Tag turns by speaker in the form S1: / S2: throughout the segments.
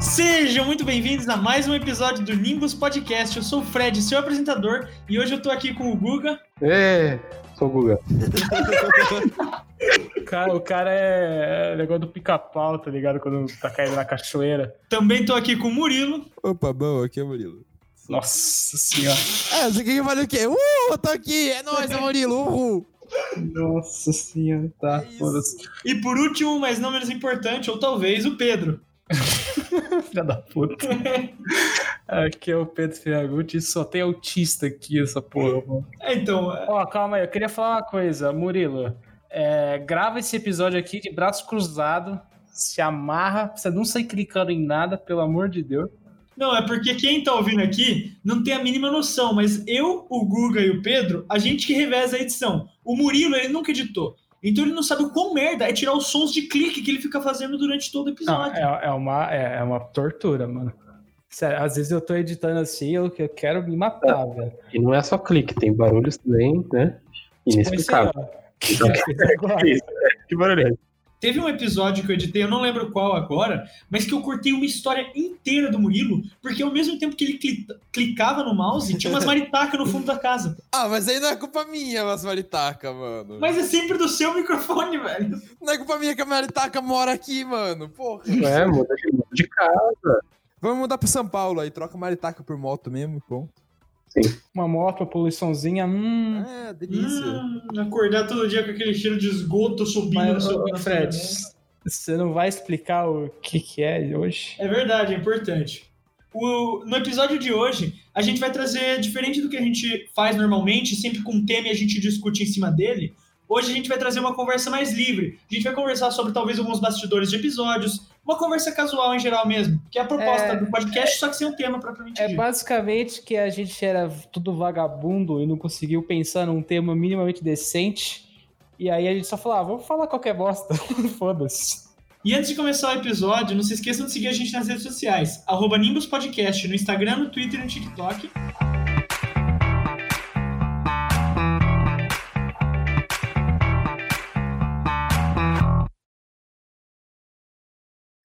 S1: Sejam muito bem-vindos a mais um episódio do Nimbus Podcast. Eu sou o Fred, seu apresentador, e hoje eu tô aqui com o Guga.
S2: Ê, É, sou o Guga.
S3: Cara, o cara é negócio do pica-pau, tá ligado? Quando tá caindo na cachoeira.
S1: Também tô aqui com o Murilo.
S4: Opa, bom, aqui é o Murilo.
S3: Nossa senhora.
S2: É,
S4: Ah, você quer fazer o quê? Uh, eu tô aqui, é nóis, é o Murilo, uhul.
S3: Nossa senhora, tá.
S4: É isso.
S3: foda-se.
S1: E por último, mas não menos importante, ou talvez o Pedro.
S3: Filha da puta. Aqui é o Pedro Ferragutti e só tem autista aqui, essa porra, mano.
S1: É, Então, é,
S3: Ó, calma aí, eu queria falar uma coisa, Murilo. é, grava esse episódio aqui de braço cruzado, se amarra, você não sai clicando em nada, pelo amor de Deus.
S1: não, é porque quem tá ouvindo aqui não tem a mínima noção, mas eu, o Guga e o Pedro, a gente que reveza a edição. O Murilo, ele nunca editou. Então ele não sabe o quão merda é tirar os sons de clique que ele fica fazendo durante todo o
S3: Não,
S1: episódio.
S3: é, é uma, é, é uma tortura, mano. Sério, às vezes eu tô editando assim, eu, eu quero me matar, velho.
S2: E não é só clique, tem barulhos também, né? Inexplicável.
S3: Esse é-
S2: Que isso? Que barulho é esse?
S1: Teve um episódio que eu editei, eu não lembro qual agora, mas que eu cortei uma história inteira do Murilo, porque ao mesmo tempo que ele cli- clicava no mouse, tinha umas maritacas no fundo da casa.
S4: Ah, mas aí não é culpa minha, mas maritaca, mano.
S1: Mas é sempre do seu microfone, velho.
S4: Não é culpa minha que a maritaca mora aqui, mano. Porra.
S2: É, muda de, muda de cara.
S4: Vamos mudar pra São Paulo aí, troca maritaca por moto mesmo, pronto.
S3: Uma moto, uma poluiçãozinha, hum.
S4: É, delícia.
S1: Hum, acordar todo dia com aquele cheiro de esgoto subindo no
S3: Mas,
S1: seu
S3: ô, ô,
S1: na sua
S3: Fred, né?
S1: janela.
S3: você não vai explicar o que que é hoje?
S1: É verdade, é importante. O- no episódio de hoje, a gente vai trazer, diferente do que a gente faz normalmente, sempre com um tema e a gente discute em cima dele, hoje a gente vai trazer uma conversa mais livre. A gente vai conversar sobre talvez alguns bastidores de episódios, uma conversa casual em geral mesmo, que é a proposta
S3: É,
S1: do podcast, só que sem um tema propriamente
S3: É
S1: dito.
S3: basicamente que a gente era tudo vagabundo e não conseguiu pensar num tema minimamente decente. E aí a gente só falava, ah, vamos falar qualquer bosta. Foda-se.
S1: E antes de começar o episódio, não se esqueçam de seguir a gente nas redes sociais, arroba Nimbus Podcast no Instagram, no Twitter e no TikTok.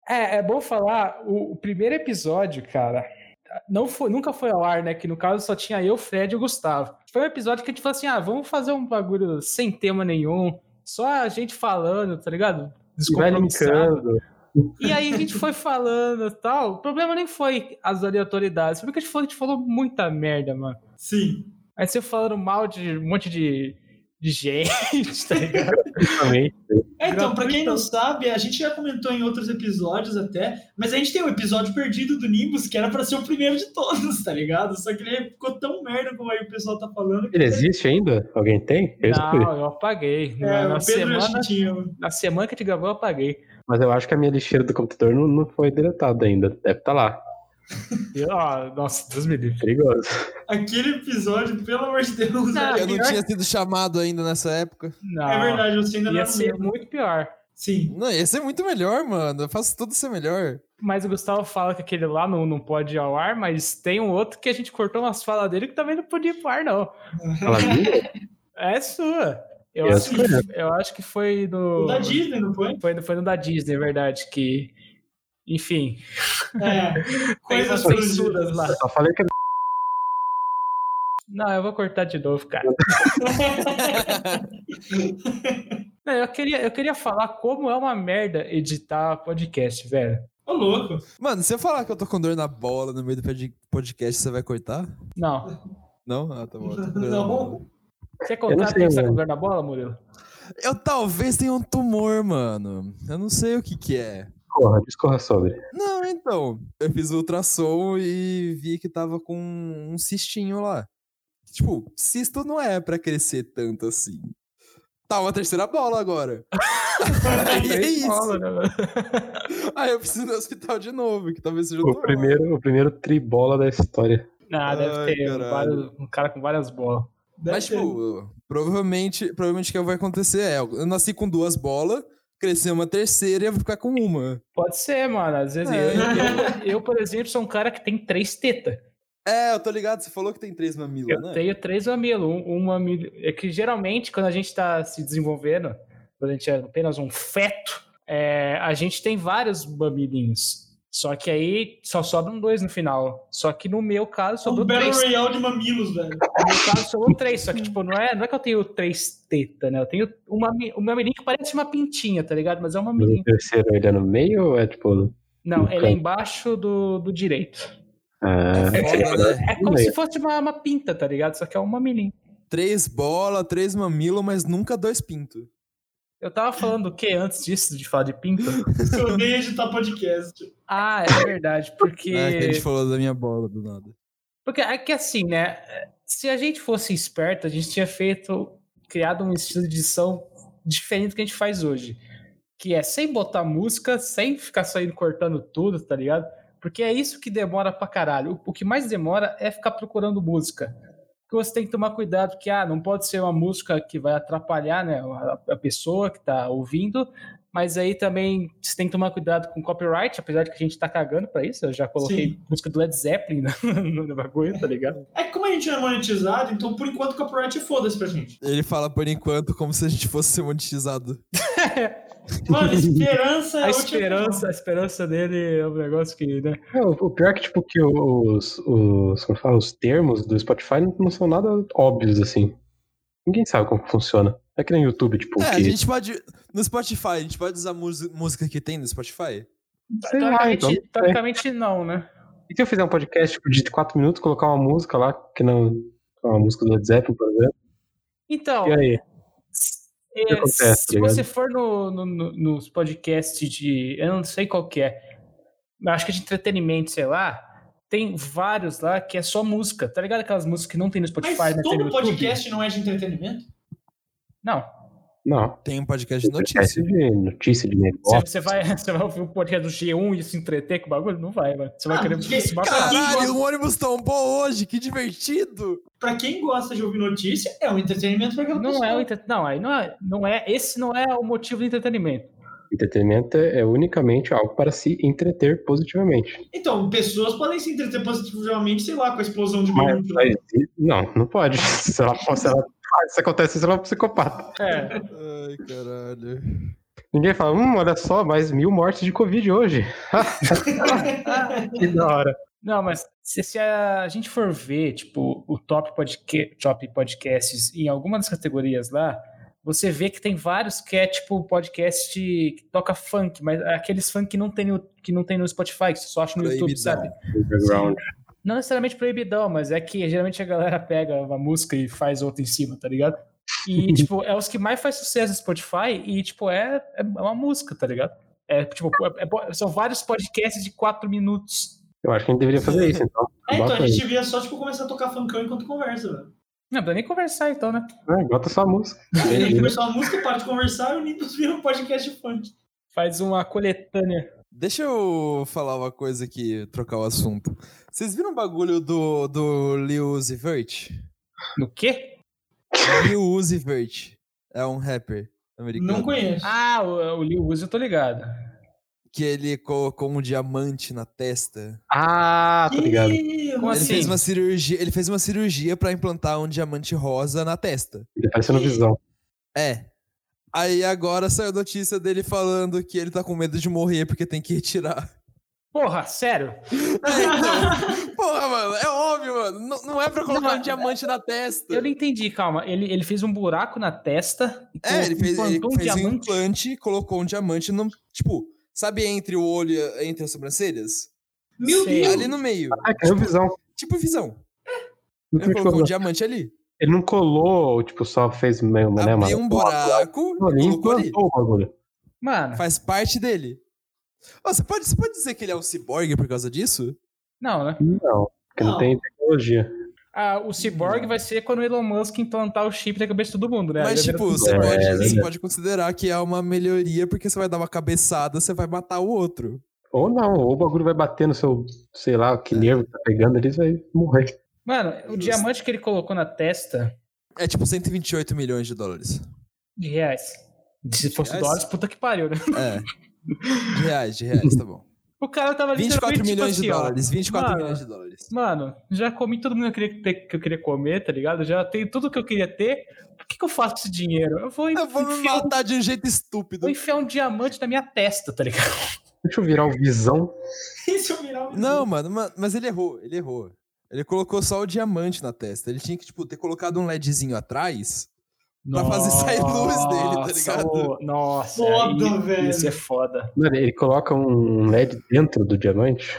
S3: É, é bom falar, o, o primeiro episódio, cara, não foi, nunca foi ao ar, né? Que no caso só tinha eu, Fred e o Gustavo. Foi um episódio que a gente falou assim: ah, vamos fazer um bagulho sem tema nenhum, só a gente falando, tá ligado?
S2: E Vai
S3: Descompromissado.
S2: linkando.
S3: E aí a gente foi falando e tal. O problema nem foi as aleatoriedades, porque a gente falou, a gente falou muita merda, mano.
S1: Sim.
S3: Aí você falando mal de um monte de, de gente, tá ligado?
S2: Também.
S1: É, então, pra quem não sabe, a gente já comentou em outros episódios até, mas a gente tem um episódio perdido do Nimbus, que era pra ser o primeiro de todos, tá ligado? Só que ele ficou tão merda como aí o pessoal tá falando.
S2: Ele existe ainda? Alguém tem? Eu escolhi.
S3: Não, eu apaguei.
S1: É,
S3: na, na
S1: o Pedro já
S3: semana,
S1: tinha.
S3: na semana que a gente gravou, eu apaguei.
S2: Mas eu acho que a minha lixeira do computador não, não foi deletada ainda. Deve estar lá.
S3: E, ó, nossa, Deus me livre.
S2: Perigoso.
S1: Aquele episódio, pelo amor de Deus,
S3: Não,
S1: velho.
S4: Eu não tinha sido chamado ainda nessa época.
S3: Não,
S1: É verdade, você ainda não
S3: Ia
S1: era
S3: ser
S1: mesmo.
S3: muito pior.
S1: Sim.
S4: Não, ia ser muito melhor, mano. Eu faço tudo ser melhor.
S3: Mas o Gustavo fala que aquele lá não, não pode ir ao ar, mas tem um outro que a gente cortou umas falas dele que também não podia ir pro ar, não.
S2: Fala, minha?
S3: É sua. Eu,
S2: Eu
S3: acho, que, eu acho que foi
S1: O
S3: no.
S1: da Disney, não foi?
S3: Foi, no- foi no da Disney, é verdade, que. Enfim,
S1: É. Coisas
S3: tem umas censuras
S1: proibidas.
S3: lá.
S2: Eu só falei que
S3: Não, eu vou cortar de novo, cara. Não, eu, queria, eu queria falar como é uma merda editar podcast, velho.
S1: Ô, louco.
S4: Mano, se eu falar que eu tô com dor na bola no meio do pod- podcast, você vai cortar?
S3: Não.
S4: Não? Ah, tá bom. Eu tô com dor na bola.
S1: Não.
S3: Quer
S2: Eu não
S3: contar
S2: sei,
S3: que você tá
S2: mano.
S3: com dor na bola, Murilo?
S4: Eu talvez tenha um tumor, mano. Eu não sei o que que é.
S2: discorra, discorra sobre.
S4: Não, então. Eu fiz ultrassom e vi que tava com um cistinho lá. Tipo, cisto não é pra crescer tanto assim. Tá uma terceira bola agora. Aí é isso.
S3: Bola, né, mano?
S4: Aí eu preciso ir no hospital de novo, que talvez seja um
S2: O
S4: tumor.
S2: primeiro, o primeiro tribola da história.
S3: Ah, deve
S4: Ai,
S3: ter um,
S4: caralho.
S3: vários- um cara com várias bolas.
S1: Deve
S4: Mas,
S1: ter.
S4: tipo, provavelmente, provavelmente o que vai acontecer é: eu nasci com duas bolas, cresceu uma terceira e eu vou ficar com uma.
S3: Pode ser, mano. Às vezes
S4: É.
S3: eu, eu- eu, por exemplo, sou um cara que tem três tetas.
S4: É, eu tô ligado, você falou que tem três mamilos,
S3: Eu
S4: né?
S3: tenho três mamilos. Um, um mamilo. É que geralmente, quando a gente tá se desenvolvendo, quando a gente é apenas um feto, é, a gente tem vários mamilinhos. Só que aí só sobram dois no final. Só que no meu caso
S1: Um
S3: sobrou
S1: Battle
S3: três.
S1: Royale de mamilos, velho.
S3: No meu caso sobrou três. Só que, tipo, não é, não é que eu tenho três tetas, né? Eu tenho uma, mi- um mamilinho que parece uma pintinha, tá ligado? Mas é um
S2: Mas
S3: mamilinho.
S2: o terceiro ele é no meio ou é tipo.
S3: Não,
S2: Nunca.
S3: ele é embaixo do, do direito.
S2: Ah,
S4: É foda, né?
S3: É como
S2: meio.
S3: se fosse uma, uma pinta, tá ligado? Só que é um mamilinho.
S4: Três bola, três mamilo, mas nunca dois pinto.
S3: Eu tava falando o quê antes disso, de falar de pinta?
S1: Você odeia editar podcast.
S3: Ah, é verdade, porque...
S4: É, que a gente falou da minha bola do nada.
S3: Porque é que assim, né? Se a gente fosse esperto, a gente tinha feito, criado um estilo de edição diferente do que a gente faz hoje. Que é sem botar música, sem ficar saindo cortando tudo, tá ligado? Porque é isso que demora pra caralho. O- O que mais demora é ficar procurando música. Porque você tem que tomar cuidado que, ah, não pode ser uma música que vai atrapalhar né, a, a pessoa que tá ouvindo, mas aí também você tem que tomar cuidado com copyright, apesar de que a gente tá cagando pra isso. Eu já coloquei música do Led Zeppelin no, no bagulho, tá ligado?
S1: É que como a gente não é monetizado, então por enquanto o copyright é foda-se pra gente.
S4: Ele fala por enquanto como se a gente fosse ser monetizado.
S1: Mano, esperança é
S3: A
S1: última-
S3: esperança, a esperança dele é um negócio que, né?
S2: É, o o pior é que, tipo, que os, os, como fala, os termos do Spotify não, não são nada óbvios, assim. Ninguém sabe como funciona. É que nem YouTube, tipo,
S4: É, a
S2: que...
S4: gente pode. No Spotify, a gente pode usar musi- música que tem no Spotify? tá
S2: Sei lá,
S3: Teoricamente,
S2: então. É.
S3: teoricamente não, né?
S2: E se eu fizer um podcast tipo, de 4 minutos, colocar uma música lá, que não... Uma música do Led Zeppelin, por exemplo.
S3: Então,
S2: E aí?
S3: É,
S2: que acontece,
S3: se
S2: tá ligado?
S3: você for no, no- no- nos podcasts de. Eu não sei qual que é. mas Acho que de entretenimento, sei lá. Tem vários lá que é só música, tá ligado? Aquelas músicas que não tem no Spotify,
S1: Mas
S3: né? Tem
S1: todo
S3: no YouTube.
S1: podcast não é de entretenimento?
S3: Não.
S2: Não.
S4: Tem um podcast de
S2: Podcast
S4: notícia.
S2: de notícia, de negócio.
S3: Você, você vai, você vai ouvir o podcast do G1 e se entreter com o bagulho? Não vai, mano. Você vai
S1: Ah,
S3: querer
S1: que-
S3: se matar.
S4: Caralho, o ônibus tombou hoje, que divertido!
S1: Pra quem gosta de ouvir notícia, é um entretenimento pra aquela
S3: Não
S1: pessoa.
S3: é o entre... Não, aí não é, não é. Esse não é o motivo de entretenimento.
S2: Entretenimento é é unicamente algo para se entreter positivamente.
S1: Então, pessoas podem se entreter positivamente, sei lá, com a explosão de
S2: Mas,
S4: Uhum.
S1: barulho.
S2: mas- não, não pode. Se ela, se ela, se acontece, ela é um psicopata.
S3: É.
S4: Ai, caralho.
S2: Ninguém fala, hum, olha só, mais mil mortes de Covid hoje.
S1: É,
S2: que da hora.
S3: Não, mas se, se a gente for ver, tipo, o top, podca top podcasts em alguma das categorias lá, você vê que tem vários que é tipo podcast de- que toca funk, mas aqueles funk que não tem no, que não tem no Spotify, que você só acha no YouTube,
S4: Proibidão.
S3: sabe? Não necessariamente proibidão, mas é que geralmente a galera pega uma música e faz outra em cima, tá ligado? E, tipo, é os que mais faz sucesso no Spotify e, tipo, é, é uma música, tá ligado? É, tipo, é- é bo- são vários podcasts de quatro minutos.
S2: Eu acho que a gente deveria fazer isso, então.
S1: É, então
S2: bota,
S1: a gente devia só, tipo, começar a tocar funkão enquanto conversa, velho.
S3: Não, pra nem conversar então, né?
S2: aí, né, bota só a música.
S1: A gente começou uma música, para de conversar e o Nimbus vira um podcast funk.
S3: Faz uma coletânea.
S4: Deixa eu falar uma coisa aqui, trocar o assunto. Vocês viram o bagulho do, do Lil Uzi Vert?
S3: No quê?
S4: Lil Uzi Vert é um rapper americano.
S1: Não conheço.
S3: Ah, o, o Lil Uzi eu tô ligado.
S4: Que ele colocou um diamante na testa.
S2: Ah, tá ligado.
S1: Ih,
S3: Como
S1: mas-
S4: Ele
S3: assim?
S4: fez uma cirurgia, ele fez uma cirurgia para implantar um diamante rosa na testa.
S2: Ele parecendo visão.
S4: É. Aí agora saiu a notícia dele falando que ele tá com medo de morrer porque tem que retirar.
S3: Porra, sério?
S4: É, então. Porra, mano, é óbvio, mano. Não, não é pra colocar um diamante na testa.
S3: Eu não entendi, calma. Ele, ele fez um buraco na testa. e
S4: É, ele
S3: colocou-
S4: fez, ele
S3: implantou
S4: fez um implante, colocou um diamante no. Tipo, sabe entre o olho e entre as sobrancelhas?
S1: Meu
S3: Sei.
S1: Deus!
S4: Ali no meio.
S2: Ah, caiu visão.
S4: Tipo visão.
S2: Não é
S4: Ele colocou um
S2: colocou-
S4: diamante ali.
S2: Ele não colou, tipo, só fez meio, né, mano?
S4: Abriu um buraco e
S2: Ele
S4: colocou ali.
S2: implantou o bagulho.
S3: Mano,
S4: Faz parte dele. Ô, você, pode, você pode dizer que ele é um ciborgue por causa disso?
S3: não, né?
S2: Não, porque não,
S1: Não.
S2: tem tecnologia.
S3: Ah, o Cyborg vai ser quando o Elon Musk implantar o chip na cabeça de todo mundo, né?
S4: Mas,
S3: Ele
S4: tipo,
S3: vira-
S4: você,
S2: É,
S4: pode,
S2: é
S4: você
S2: verdade.
S4: pode considerar que é uma melhoria, porque você vai dar uma cabeçada, você vai matar o outro.
S2: Ou não, ou o bagulho vai bater no seu, sei lá, que
S4: É.
S2: nervo que tá pegando ali, você vai morrer.
S3: Mano, o diamante que ele colocou na testa
S4: É tipo 128 milhões de dólares.
S3: de reais. Se fosse
S4: Reais?
S3: dólares, puta que pariu, né?
S4: É. De reais, de reais, tá bom.
S3: O cara tava
S4: 24
S3: literalmente, tipo
S4: milhões de
S3: assim, ó,
S4: dólares, 24
S3: mano,
S4: milhões de dólares.
S3: Mano, já comi todo mundo que eu queria, ter- que eu queria comer, tá ligado? Já tenho tudo que eu queria ter. O que, que eu faço com esse dinheiro? Eu vou,
S4: Eu vou me
S3: enfiar,
S4: matar de um jeito
S3: vou
S4: estúpido.
S3: enfiar um diamante na minha testa, tá ligado?
S2: Deixa eu virar o visão.
S1: Isso é um eu virar o visão.
S4: Não, mano, ma- mas ele errou, ele errou. Ele colocou só o diamante na testa. Ele tinha que, tipo, ter colocado um LEDzinho atrás. pra fazer sair luz dele, tá ligado?
S3: ô, Nossa,
S1: Foda,
S3: aí-
S1: velho.
S3: Isso é foda.
S2: Mano, ele coloca um LED dentro do diamante.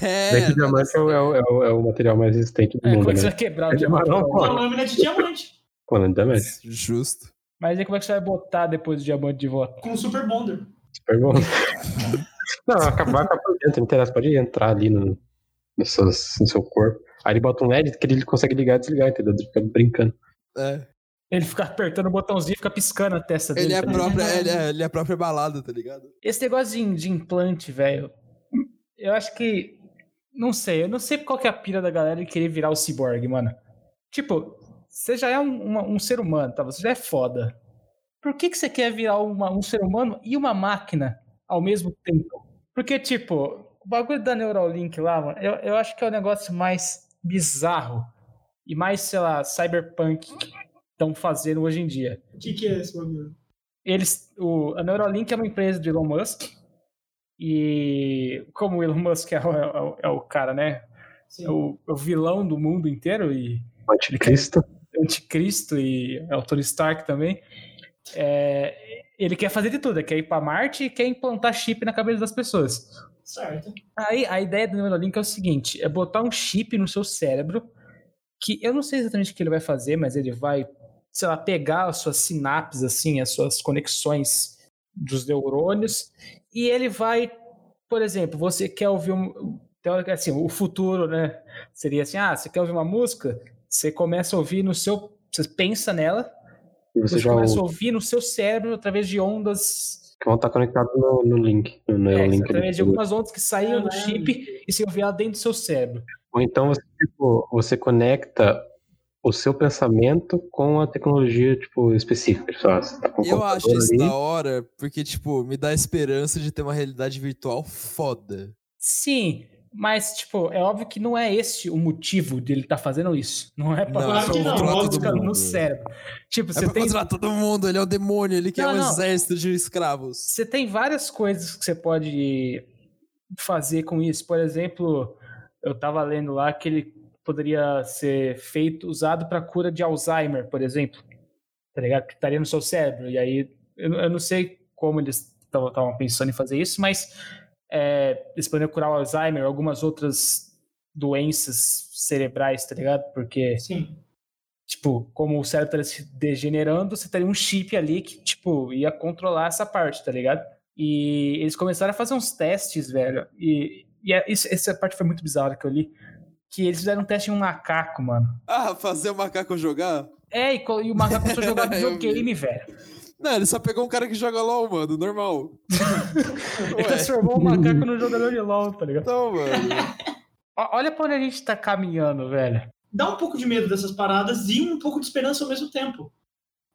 S2: Daí
S4: É,
S2: que o diamante é o, é o- é o- é o material mais resistente do
S3: É,
S2: mundo,
S3: como é que você
S2: né?
S3: vai quebrar o
S2: É
S3: diamante?
S2: diamante,
S1: Uma
S2: não,
S1: lâmina de diamante.
S2: Quando é diamante.
S4: justo.
S3: Mas aí como é que você vai botar depois o diamante de volta?
S1: Com um super bonder.
S2: Super bom. Não, acabar acabar por dentro, não interessa. Pode entrar ali no, no, seus- no seu corpo. Aí ele bota um LED que ele consegue ligar e desligar, entendeu? Ele fica brincando.
S4: É.
S3: Ele fica apertando o botãozinho e fica piscando a testa dele.
S4: Ele é, a
S3: tá ligado?
S4: própria, ele, é, ele é a própria balada, tá ligado?
S3: Esse negócio de, de implante, velho, eu acho que. Não sei, eu não sei qual que é a pira da galera de querer virar o cyborg, mano. Tipo, você já é um, uma- um ser humano, tá? Você já é foda. Por que, que você quer virar uma- um ser humano e uma máquina ao mesmo tempo? Porque, tipo, o bagulho da Neuralink lá, mano, eu, eu acho que é o negócio mais bizarro e mais, sei lá, cyberpunk que estão fazendo hoje em dia
S1: O que, que é esse bagulho?
S3: eles, o, a Neuralink é uma empresa do Elon Musk e como o Elon Musk é o, é o- é o cara, né,
S1: Sim.
S3: é o, é o vilão do mundo inteiro e
S2: Anticristo.
S3: anticristo e é o Tony Stark também, é, ele quer fazer de tudo, ele quer ir para Marte e quer implantar chip na cabeça das pessoas.
S1: Certo.
S3: Aí a ideia do Neuralink é o seguinte: é botar um chip no seu cérebro que eu não sei exatamente o que ele vai fazer, mas ele vai, sei lá, pegar as suas sinapses, assim, as suas conexões dos neurônios e ele vai, por exemplo, você quer ouvir um, teórica- assim, o futuro, né? Seria assim, ah, você quer ouvir uma música? Você começa a ouvir no seu, você pensa nela,
S2: E você
S3: você
S2: já
S3: começa a ouvir no seu cérebro através de ondas
S2: que vão estar conectados no, no link. No, no
S3: é,
S2: link
S3: através de
S2: ali.
S3: algumas ondas que saíam do
S1: Caralho.
S3: chip e se enviar dentro do seu cérebro.
S2: Ou então você, tipo, você conecta o seu pensamento com a tecnologia tipo, específica. Sei lá, você tá com um
S4: Eu
S2: computador
S4: acho isso
S2: ali,
S4: da hora, porque, tipo, me dá esperança de ter uma realidade virtual foda.
S3: Sim, mas, tipo, é óbvio que não é esse o motivo de ele estar fazendo isso. Não é pra
S4: Não, um
S1: Claro que
S3: uma
S1: não,
S3: ótica
S4: todo mundo.
S3: no cérebro. Tipo,
S4: é
S3: você
S4: pra
S3: tem,
S4: controlar todo mundo, ele é o demônio, ele quer
S3: Não,
S4: um
S3: não.
S4: exército de escravos.
S3: você tem várias coisas que você pode fazer com isso. Por exemplo, eu tava lendo lá que ele poderia ser feito, usado pra cura de Alzheimer, por exemplo. Tá ligado? Que estaria no seu cérebro. E aí, eu, eu não sei como eles estavam pensando em fazer isso, mas é, eles poderiam curar o Alzheimer, algumas outras doenças cerebrais, tá ligado? Porque
S1: Sim.
S3: Tipo, como o cérebro tá se degenerando, você teria um chip ali que, tipo, ia controlar essa parte, tá ligado? E eles começaram a fazer uns testes, velho. E, e é- isso- essa parte foi muito bizarra que eu li. Que eles fizeram um teste em um macaco, mano.
S4: Ah, fazer o macaco jogar?
S3: É, e, co- e o macaco começou a jogar
S4: Eu
S3: videogame, velho.
S4: Não, ele só pegou um cara que joga LOL, mano, normal.
S3: Ele
S4: Ué,
S3: transformou o macaco no jogador de LOL, tá ligado?
S4: então, mano.
S3: O- Olha pra onde a gente tá caminhando, velho.
S1: Dá um pouco de medo dessas paradas e um pouco de esperança ao mesmo tempo.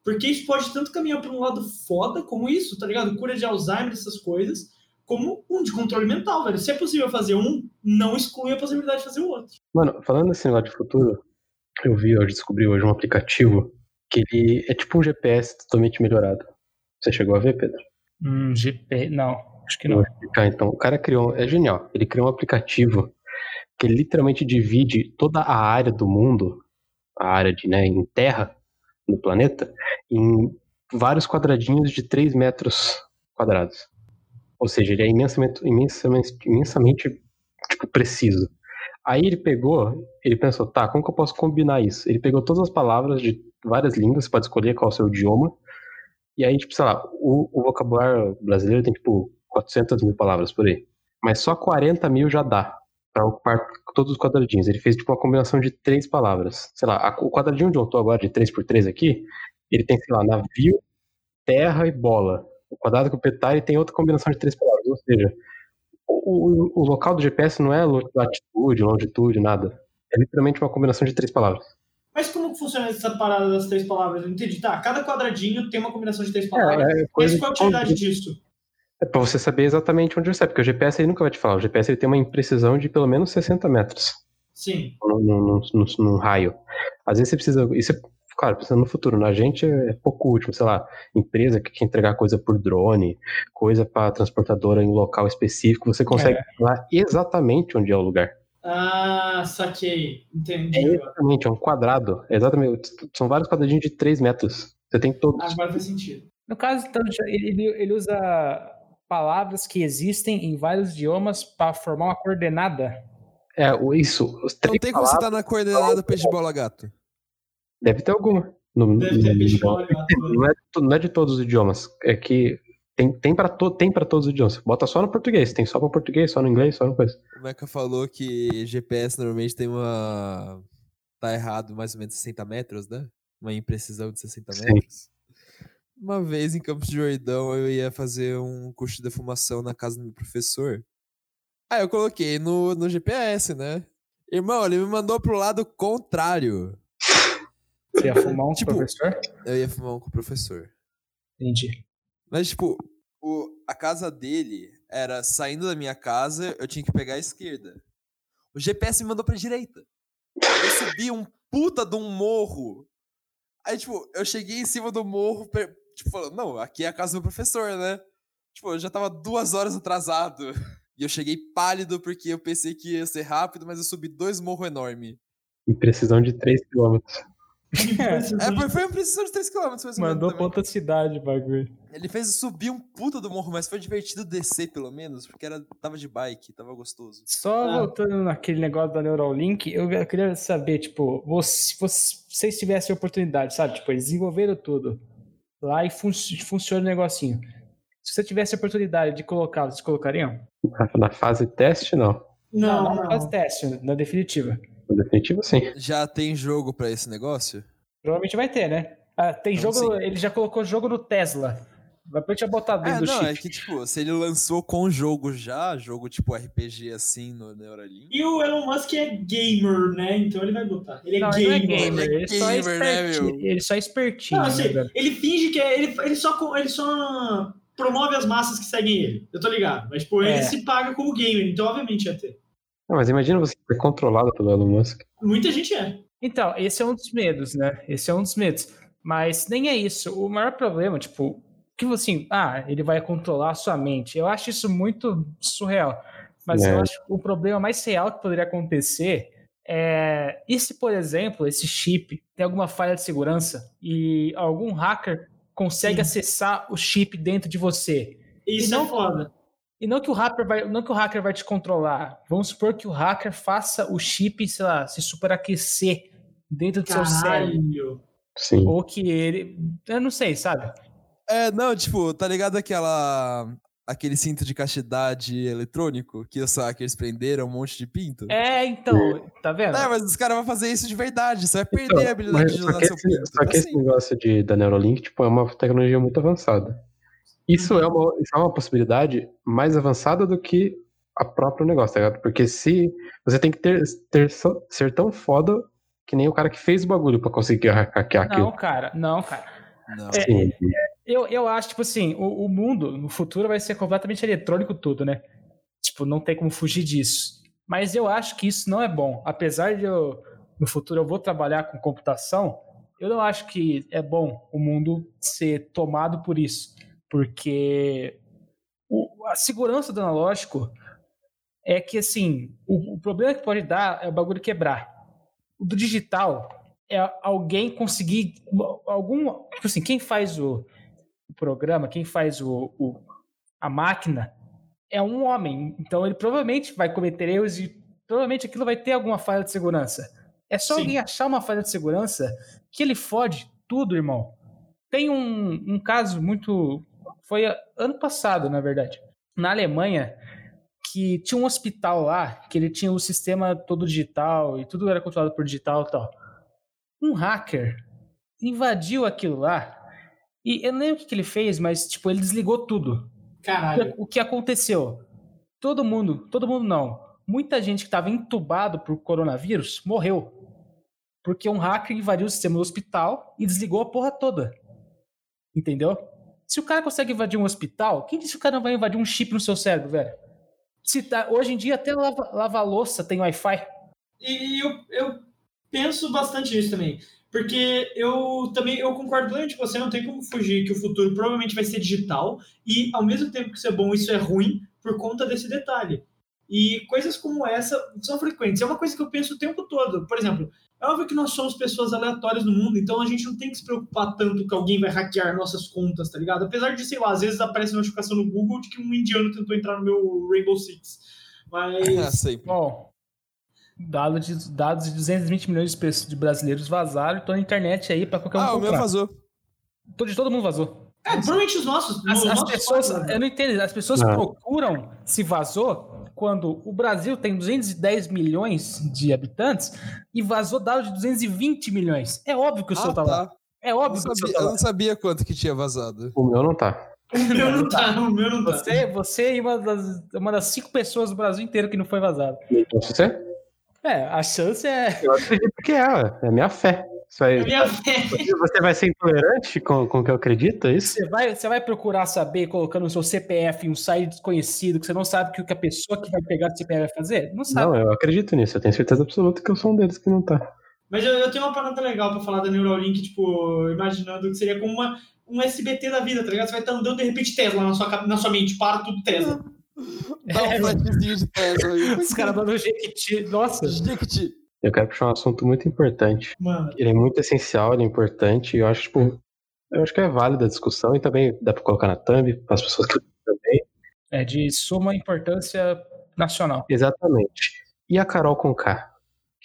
S1: Porque isso pode tanto caminhar para um lado foda como isso, tá ligado? Cura de Alzheimer, essas coisas, como um de controle mental, velho. Se é possível fazer um, não exclui a possibilidade de fazer o outro.
S2: Mano, falando assim lá de futuro, eu vi, eu descobri hoje um aplicativo que ele é tipo um GPS totalmente melhorado. Você chegou a ver, Pedro?
S3: Hum, GP. Não, acho que
S2: Eu
S3: não.
S2: vou explicar então. O cara criou, é genial. Ele criou um aplicativo que ele literalmente divide toda a área do mundo, a área de, né, em terra, no planeta, em vários quadradinhos de 3 metros quadrados. Ou seja, ele é imensamente, imensamente, imensamente tipo, preciso. Aí ele pegou, ele pensou, tá, como que eu posso combinar isso? Ele pegou todas as palavras de várias línguas, você pode escolher qual é o seu idioma, e aí, tipo, sei lá, o, o vocabulário brasileiro tem, tipo, 400 mil palavras por aí. Mas só 40 mil já dá pra ocupar todos os quadradinhos. Ele fez, tipo, uma combinação de três palavras. Sei lá, a- o quadradinho onde eu tô agora, de 3x3 aqui, ele tem, sei lá, navio, terra e bola. O quadrado que o Petar, ele tem outra combinação de três palavras. Ou seja, o, o- o local do GPS não é latitude, longitude, nada. É literalmente uma combinação de três palavras.
S1: Mas como que funciona essa parada das três palavras? Eu não entendi. Tá, cada quadradinho tem uma combinação de três palavras.
S2: É,
S1: Mas qual a utilidade disso?
S2: É pra você saber exatamente onde você está, porque o GPS ele nunca vai te falar. O GPS ele tem uma imprecisão de pelo menos 60 metros
S1: Sim.
S2: num, num- num- num- num raio. Às vezes você precisa. Isso é Claro, pensando no futuro, na gente é pouco útil, sei lá, empresa que quer entregar coisa por drone, coisa para transportadora em local específico, você consegue falar exatamente onde é o lugar.
S1: Ah, saquei. Entendi.
S2: É exatamente, é um quadrado. É exatamente. São vários quadradinhos de 3 metros. Você tem todos.
S1: Agora faz sentido.
S3: No caso, então, já- ele, ele- ele usa palavras que existem em vários idiomas para formar uma coordenada.
S2: É, o- isso. Os
S4: Não
S2: três
S4: tem como
S2: palavras,
S4: você tá na coordenada peixe bola gato.
S2: Deve ter alguma. No-
S1: Deve ter
S2: no-
S1: bicho
S2: no-
S1: olhando.
S2: não, é, to- não é de todos os idiomas. É que tem, tem para to, tem pra todos os idiomas. Bota só no português. Tem só para português, só no inglês, só no coisa.
S4: O Meca falou que GPS normalmente tem uma. Tá errado mais ou menos 60 metros, né? Uma imprecisão de 60
S2: Sim.
S4: metros. Uma vez em Campos de Jordão eu ia fazer um curso de defumação na casa do meu professor. Aí eu coloquei no, no GPS, né? Irmão, ele me mandou pro lado contrário.
S3: Você ia fumar um
S4: Tipo-
S3: professor?
S4: Eu ia fumar um com o professor.
S3: Entendi.
S4: Mas, tipo, o, a casa dele era saindo da minha casa, eu tinha que pegar a esquerda. O GPS me mandou pra direita. Eu subi um puta de um morro. Aí, tipo, eu cheguei em cima do morro, per- tipo, falando, não, aqui é a casa do professor, né? Tipo, eu já tava duas horas atrasado. E eu cheguei pálido porque eu pensei que ia ser rápido, mas eu subi dois morros enormes.
S2: E precisão de 3 quilômetros.
S4: É, foi- foi uma precisão de 3km, mas
S3: Mandou pra outra cidade o bagulho.
S4: Ele fez eu subir um puta do morro, mas foi divertido descer, pelo menos, porque era, tava de bike, tava gostoso.
S3: Só
S1: Ah.
S3: voltando naquele negócio da Neuralink, eu, eu queria saber, tipo, você, você- se vocês tivessem a oportunidade, sabe? Tipo, eles desenvolveram tudo lá e fun- funciona o negocinho. Se você tivesse a oportunidade de colocar, vocês colocariam?
S2: Na- Na fase teste, não.
S1: Não,
S3: lá
S1: não,
S3: na fase teste, na definitiva.
S2: No definitivo, sim.
S4: Já tem jogo pra esse negócio?
S3: Provavelmente vai ter, né? Ah, tem
S4: Então,
S3: jogo, ele já colocou jogo no Tesla. Vai pra gente botar
S4: Ah,
S3: dentro Tá do
S4: não, é
S3: chip.
S4: que, tipo, se ele lançou com jogo já, jogo tipo RPG assim no Neuralink.
S1: E o Elon Musk é gamer, né? Então ele vai botar. Ele é
S3: Não, ele
S1: gamer.
S3: não é
S4: gamer.
S3: gamer, ele só é
S4: Gamer, né,
S3: espertinho. Ele só é espertinho.
S1: Não, assim,
S3: né, velho?
S1: ele finge que é. Ele, ele, só, co- ele só promove as massas que seguem ele. Eu tô ligado. Mas, tipo,
S3: É.
S1: ele se paga como gamer, então obviamente ia ter.
S2: Não, Ah, mas imagina você ser controlado pelo Elon Musk.
S1: Muita gente é.
S3: Então, esse é um dos medos, né? Esse é um dos medos. Mas nem é isso. O maior problema, tipo, que assim, ah, ele vai controlar a sua mente. Eu acho isso muito surreal. Mas eu
S2: É.
S3: acho que o problema mais real que poderia acontecer é. E se, por exemplo, esse chip tem alguma falha de segurança e algum hacker consegue
S1: Sim.
S3: acessar o chip dentro de você?
S1: Isso
S3: E não-
S1: é foda.
S3: E não que o hacker vai, não que o hacker vai te controlar. Vamos supor que o hacker faça o chip, sei lá, se superaquecer dentro do seu cérebro.
S1: Caralho.
S2: Sim.
S3: Ou que ele. Eu não sei, sabe?
S4: É, não, tipo, tá ligado aquela. aquele cinto de castidade eletrônico que os hackers prenderam um monte de pinto?
S3: É, então, tá vendo?
S4: É, mas os caras vão fazer isso de verdade, você vai perder
S2: Então,
S4: a habilidade
S2: mas
S4: de
S2: só
S4: usar
S2: que
S4: seu tá assim.
S2: esse-
S4: pinto.
S2: Só
S4: pra
S2: que esse
S4: sempre.
S2: negócio de, da Neuralink tipo, é uma tecnologia muito avançada. Isso é, uma, isso é uma possibilidade mais avançada do que a próprio negócio, tá ligado? Porque se você tem que ter, ter só- ser tão foda que nem o cara que fez o bagulho pra conseguir ha- hackear
S3: não,
S2: aquilo.
S3: cara, não, cara.
S4: Não.
S3: É,
S2: Sim.
S3: Eu, eu acho, tipo assim, o, o mundo no futuro vai ser completamente eletrônico, tudo, né? Tipo, não tem como fugir disso. Mas eu acho que isso não é bom. Apesar de eu, no futuro, eu vou trabalhar com computação, eu não acho que é bom o mundo ser tomado por isso. Porque o- a segurança do analógico é que, assim, o, o problema que pode dar é o bagulho quebrar. O do digital é alguém conseguir algum... Tipo assim, quem faz o o programa, quem faz o, o- a máquina, é um homem. Então ele provavelmente vai cometer erros e provavelmente aquilo vai ter alguma falha de segurança. É só
S1: Sim.
S3: alguém achar uma falha de segurança que ele fode tudo, irmão. Tem um, um caso muito. Foi a- ano passado, na verdade, na Alemanha, que tinha um hospital lá, que ele tinha o sistema todo digital e tudo era controlado por digital e tal. Um hacker invadiu aquilo lá e eu não lembro o que, que ele fez, mas tipo, ele desligou tudo. O
S1: Caralho.
S3: que- O que aconteceu? Todo mundo, todo mundo não. Muita gente que estava entubado por coronavírus morreu. Porque um hacker invadiu o sistema do hospital e desligou a porra toda. Entendeu? Se o cara consegue invadir um hospital, quem disse que o cara não vai invadir um chip no seu cérebro, velho? Se tá- hoje em dia até lava, lavar louça tem Wi-Fi.
S1: E eu, eu penso bastante nisso também. Porque eu também eu concordo plenamente com você, não tem como fugir que o futuro provavelmente vai ser digital, e ao mesmo tempo que isso é bom, isso é ruim por conta desse detalhe. E coisas como essa são frequentes. É uma coisa que eu penso o tempo todo. Por exemplo, é óbvio que nós somos pessoas aleatórias no mundo, então a gente não tem que se preocupar tanto que alguém vai hackear nossas contas, tá ligado? Apesar de, sei lá, às vezes aparece notificação no Google de que um indiano tentou entrar no meu Rainbow Six.
S4: Ah,
S1: Mas.
S4: sempre.
S3: Bom, dados de, dados de 220 milhões de, pessoas, de brasileiros vazaram, tô na internet aí pra qualquer um
S4: Ah, o meu
S3: comprar.
S4: vazou.
S3: Todo- De todo mundo vazou.
S1: É, provavelmente os nossos.
S3: As,
S1: os
S3: as
S1: nossos
S3: pessoas,
S1: quatro, né?
S3: eu não entendo, as pessoas
S2: Não.
S3: procuram se vazou quando o Brasil tem 210 milhões de habitantes e vazou dados de 220 milhões. É óbvio que o seu
S4: Ah,
S3: tá, lá.
S4: tá.
S3: É
S4: Eu não,
S3: óbvio que o seu
S4: sabia,
S3: tá
S4: eu
S3: lá.
S4: não sabia quanto que tinha vazado.
S2: O meu não tá.
S1: O meu não tá, o meu não tá.
S3: É. Você, você e uma das, uma das cinco pessoas do Brasil inteiro que não foi vazado.
S2: Então, se você?
S3: É, a chance é.
S2: Eu acredito que é, ué. é minha fé. Isso aí.
S1: A minha fé.
S2: Você vai ser intolerante com, com o que eu acredito? É isso?
S3: Você vai, você vai procurar saber colocando o seu CPF em um site desconhecido que você não sabe que o que a pessoa que vai pegar o CPF vai fazer? Não sabe.
S2: Não, eu acredito nisso. Eu tenho certeza absoluta que eu sou um deles que não tá.
S1: Mas eu, eu tenho uma parada legal pra falar da Neuralink, tipo, imaginando que seria como uma, um SBT da vida, tá ligado? Você vai estar andando de repente Tesla na sua, cap- na sua mente, para tudo Tesla.
S4: Dá
S3: É.
S4: um flashzinho de Tesla aí.
S3: Os caras dando um jequiti. Nossa.
S4: Jiquiti.
S2: Eu quero puxar um assunto muito importante.
S1: Mano,
S2: Ele é muito essencial, ele é importante. E eu acho, tipo, eu acho que é válida a discussão e também dá pra colocar na thumb, para as pessoas que também.
S3: É de suma importância nacional.
S2: Exatamente. E a Carol com K?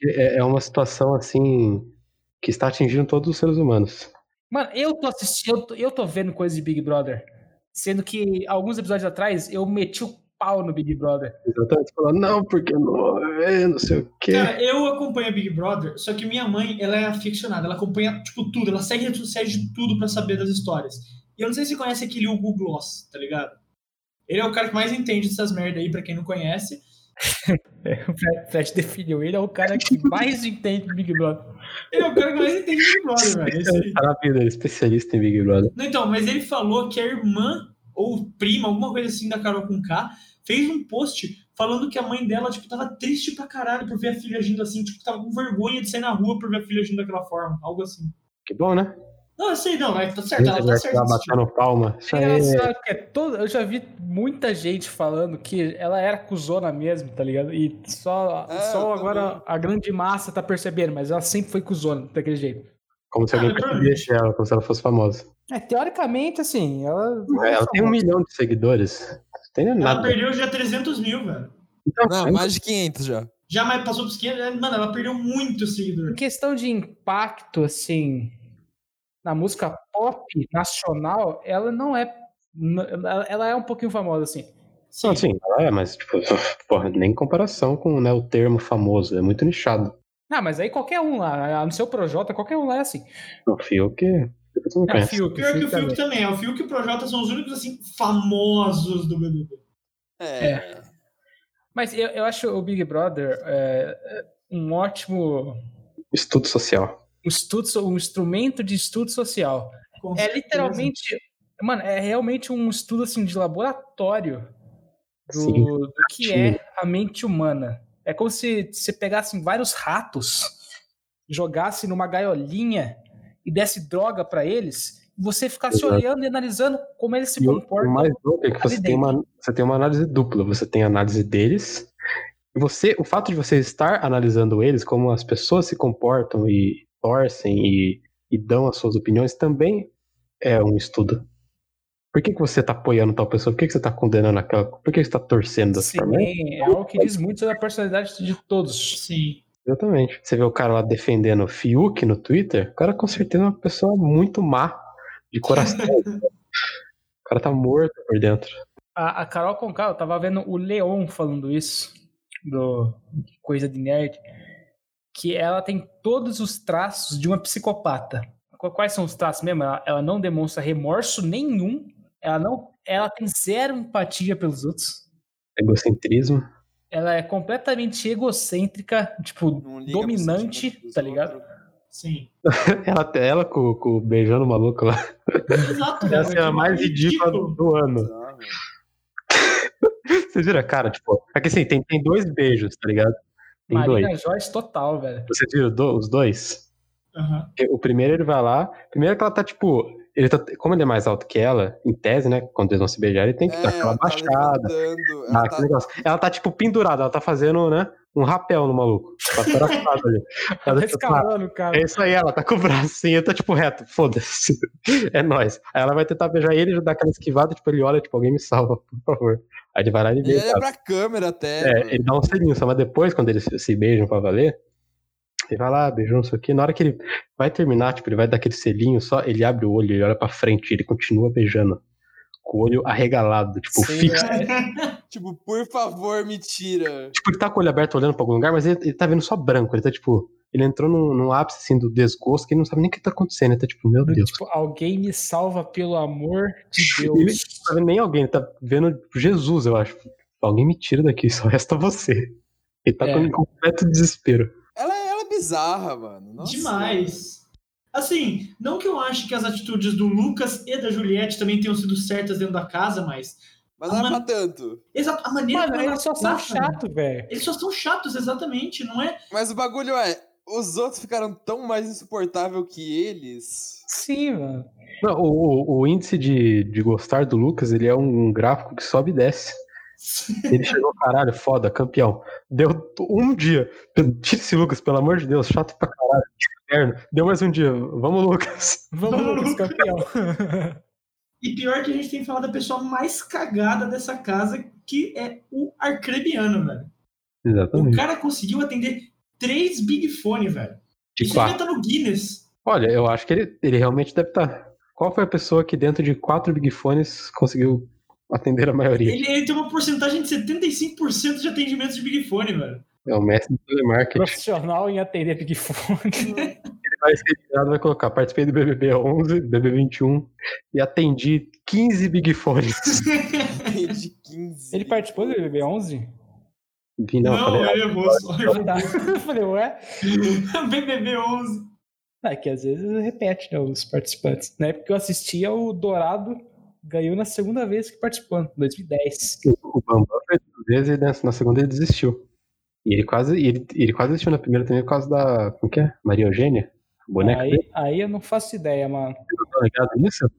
S2: É, é uma situação assim que está atingindo todos os seres humanos.
S3: Mano, eu tô assistindo, eu tô, eu tô vendo coisas de Big Brother. Sendo que alguns episódios atrás eu meti o pau no Big Brother.
S2: Exatamente. Falando, não, porque não, é, não sei o quê.
S1: cara, eu acompanho a Big Brother, só que minha mãe, ela é aficionada, ela acompanha, tipo, tudo, ela segue redes sociais de tudo pra saber das histórias. E eu não sei se você conhece aquele Hugo Gloss, tá ligado? Ele é o cara que mais entende dessas merda aí, pra quem não conhece.
S3: O Fred- Fred definiu ele, é o cara que mais entende do Big Brother.
S1: Ele é o cara que mais entende de Big Brother, velho. Esse-
S2: Tá na vida, ele é especialista em Big Brother.
S1: Não, então, mas ele falou que a irmã ou prima, alguma coisa assim da Carol com K, fez um post falando que a mãe dela, tipo, tava triste pra caralho por ver a filha agindo assim, tipo, tava com vergonha de sair na rua por ver a filha agindo daquela forma, algo assim.
S2: Que bom, né?
S1: Não, eu sei, não, mas tá certo,
S2: Ele
S1: ela tá
S2: vai
S1: certa.
S2: ficar
S1: nesse tipo.
S2: batendo palma. Isso
S3: É
S2: aí.
S3: engraçado, porque todo- eu já vi muita gente falando que ela era cuzona mesmo, tá ligado? E só,
S4: É,
S3: só
S4: eu
S3: agora a grande massa tá percebendo, mas ela sempre foi cuzona daquele jeito.
S2: Como se
S1: Ah,
S2: alguém
S1: mas
S2: percebesse ela, como se ela fosse famosa.
S3: É, teoricamente, assim, ela.
S2: Ela tem um milhão de seguidores. Não tem
S1: Ela
S2: nada.
S1: perdeu já 300 mil, velho.
S2: Então,
S4: Não, mais de 500 já.
S1: Já mais passou por esquerda, mano, ela perdeu muito seguidor.
S3: Em questão de impacto, assim, na música pop nacional, ela não é. n- Ela ela é um pouquinho famosa, assim.
S2: Não, sim, ela é, mas, tipo, porra, nem comparação com né, o termo famoso. É muito nichado.
S3: Não, mas aí qualquer um lá, no seu Projota, qualquer um lá é assim.
S2: O Fio que. Você não
S3: É o
S2: conhece.
S3: Fiuk,
S1: Pior que o
S3: também.
S1: Fiuk também. é, O Fiuk e o Projota são os únicos, assim, famosos do BBB.
S4: É.
S3: Mas eu, eu acho o Big Brother é, é, um ótimo
S2: Estudo social.
S3: estudo, so- um instrumento de estudo social.
S1: Com
S3: É
S1: certeza.
S3: literalmente, mano, é realmente um estudo assim de laboratório do,
S2: Sim.
S3: do que é a mente humana. É como se você pegasse vários ratos, jogasse numa gaiolinha e desse droga pra eles, e você ficasse
S2: Exato.
S3: olhando e analisando como eles se
S2: E o o
S3: comportam.
S2: mais louco é que
S3: ali
S2: você tem,
S3: dentro.
S2: uma, você tem uma análise dupla. Você tem a análise deles. E você, o fato de você estar analisando eles, como as pessoas se comportam e torcem e, e dão as suas opiniões, também é um estudo. Por que, que você tá apoiando tal pessoa? Por que, que você tá condenando aquela? Por que que você tá torcendo dessa forma?
S3: Sim, é algo que diz muito sobre a personalidade de todos.
S1: Sim.
S2: Exatamente. Você vê o cara lá defendendo o Fiuk no Twitter, o cara com certeza é uma pessoa muito má de coração. o cara tá morto por dentro.
S3: A, a Carol Conká, eu tava vendo o Leon falando isso, do Coisa de Nerd, que ela tem todos os traços de uma psicopata. Qu- Quais são os traços mesmo? Ela, ela não demonstra remorso nenhum, ela não, ela tem zero empatia pelos outros,
S2: É Egocentrismo.
S3: ela é completamente egocêntrica, tipo,
S4: Não liga pro
S3: dominante,
S4: sentimento dos
S3: tá ligado?
S4: outros.
S1: Sim.
S2: Ela, até- ela com, com o beijando o maluco lá.
S1: Exato,
S2: É a
S1: velho.
S2: cena
S1: Que
S2: mais ridícula
S1: ridículo.
S2: do ano.
S4: Tá, velho.
S2: Você vira, cara, tipo. Aqui assim, tem, tem dois beijos, tá ligado? Tem
S3: Marina
S2: dois.
S3: Joyce total, velho.
S2: Você vira do- os dois?
S1: Aham.
S2: Porque O primeiro ele vai lá. Primeiro que ela tá, tipo. Ele tá, como ele é mais alto que ela, em tese, né? Quando eles vão se beijar, ele tem que dar aquela
S4: ela tá
S2: baixada.
S4: levantando,
S2: dar
S4: ela
S2: aquele
S4: tá-
S2: negócio. Ela tá, tipo, pendurada, ela tá fazendo, né? Um rapel no maluco. Tá traçada ali.
S3: Tá
S2: Ela tá-
S3: escalando, cara.
S2: é isso aí, ela tá com o bracinho, tá tipo reto, foda-se. É nóis. Aí ela vai tentar beijar ele, já dá aquela esquivada, tipo, ele olha, tipo, alguém me salva, por favor. Aí ele vai lá e
S4: Ele
S2: beija.
S4: olha é pra câmera até.
S2: É,
S4: mano.
S2: ele dá um selinho, só mas depois, quando eles se beijam pra valer, ele vai lá, beijou isso aqui. Na hora que ele vai terminar, tipo, ele vai dar aquele selinho só, ele abre o olho, ele olha pra frente, ele continua beijando. Com o olho arregalado, tipo,
S4: Sim,
S2: fixo.
S4: é. Tipo, por favor, me tira.
S2: Tipo, ele tá com o olho aberto olhando pra algum lugar, mas ele, ele tá vendo só branco. Ele tá, tipo, ele entrou num, num ápice, assim, do desgosto que ele não sabe nem o que tá acontecendo. Ele tá, tipo, meu Deus.
S3: Tipo, alguém me salva pelo amor de
S2: Ele
S3: Deus.
S2: não tá vendo nem alguém, ele tá vendo Jesus, eu acho. Alguém me tira daqui, só resta você. Ele tá
S3: É.
S2: com um completo desespero.
S4: Ela, ela é bizarra, mano. Nossa.
S1: Demais. Assim, não que eu ache que as atitudes do Lucas e da Juliette também tenham sido certas dentro da casa, mas.
S4: Mas não é pra
S1: Mano.
S4: tanto.
S1: Exato, a maneira
S3: Mano,
S1: como ela
S3: eles só são
S1: trata, né?
S3: chato, velho.
S1: Eles só são chatos, exatamente, não é?
S4: Mas o bagulho é. Os outros ficaram tão mais insuportável que eles.
S3: Sim, mano.
S2: Não, o, o- o índice de, de gostar do Lucas, ele é um gráfico que sobe e desce. Ele chegou, caralho, foda, campeão. Deu um dia. Tira esse Lucas, pelo amor de Deus, chato pra caralho. que inferno. Deu mais um dia. Vamos, Lucas.
S3: Vamos,
S1: Vamos,
S3: Lucas, campeão.
S1: E pior que a gente tem que falar da pessoa mais cagada dessa casa, que é o Arcrebiano, velho. O
S2: Exatamente.
S1: cara conseguiu atender três Big Fone, velho.
S2: De
S1: Isso
S2: quatro.
S1: já tá no Guinness.
S2: Olha, eu acho que ele, ele realmente deve estar. Qual foi a pessoa que dentro de quatro Big Fones conseguiu atender a maioria?
S1: Ele, ele tem uma porcentagem de 75% de atendimentos de Big Fone, velho.
S2: É o mestre do telemarketing.
S3: Profissional em atender Big Fone.
S2: Ele vai ser tirado, vai colocar. Participei do BBB 11, BBB 21 e atendi 15 Big Fones.
S4: De 15.
S3: Ele participou do BBB 11?
S2: Vi, não, eu falei,
S1: ele errou. Só errou.
S3: Tá. Eu falei, ué?
S1: BBB 11.
S3: É que às vezes repete, né, os participantes. Na época que eu assistia, o Dourado ganhou na segunda vez que participou, em 2010.
S2: o Bambam fez duas vezes e nessa- na segunda ele desistiu. E ele quase, e ele, ele quase desistiu na primeira também por causa da. Como que é? Maria Eugênia? A Boneca dele,
S3: Aí, aí eu não faço ideia, mano.
S2: tá ligado nisso?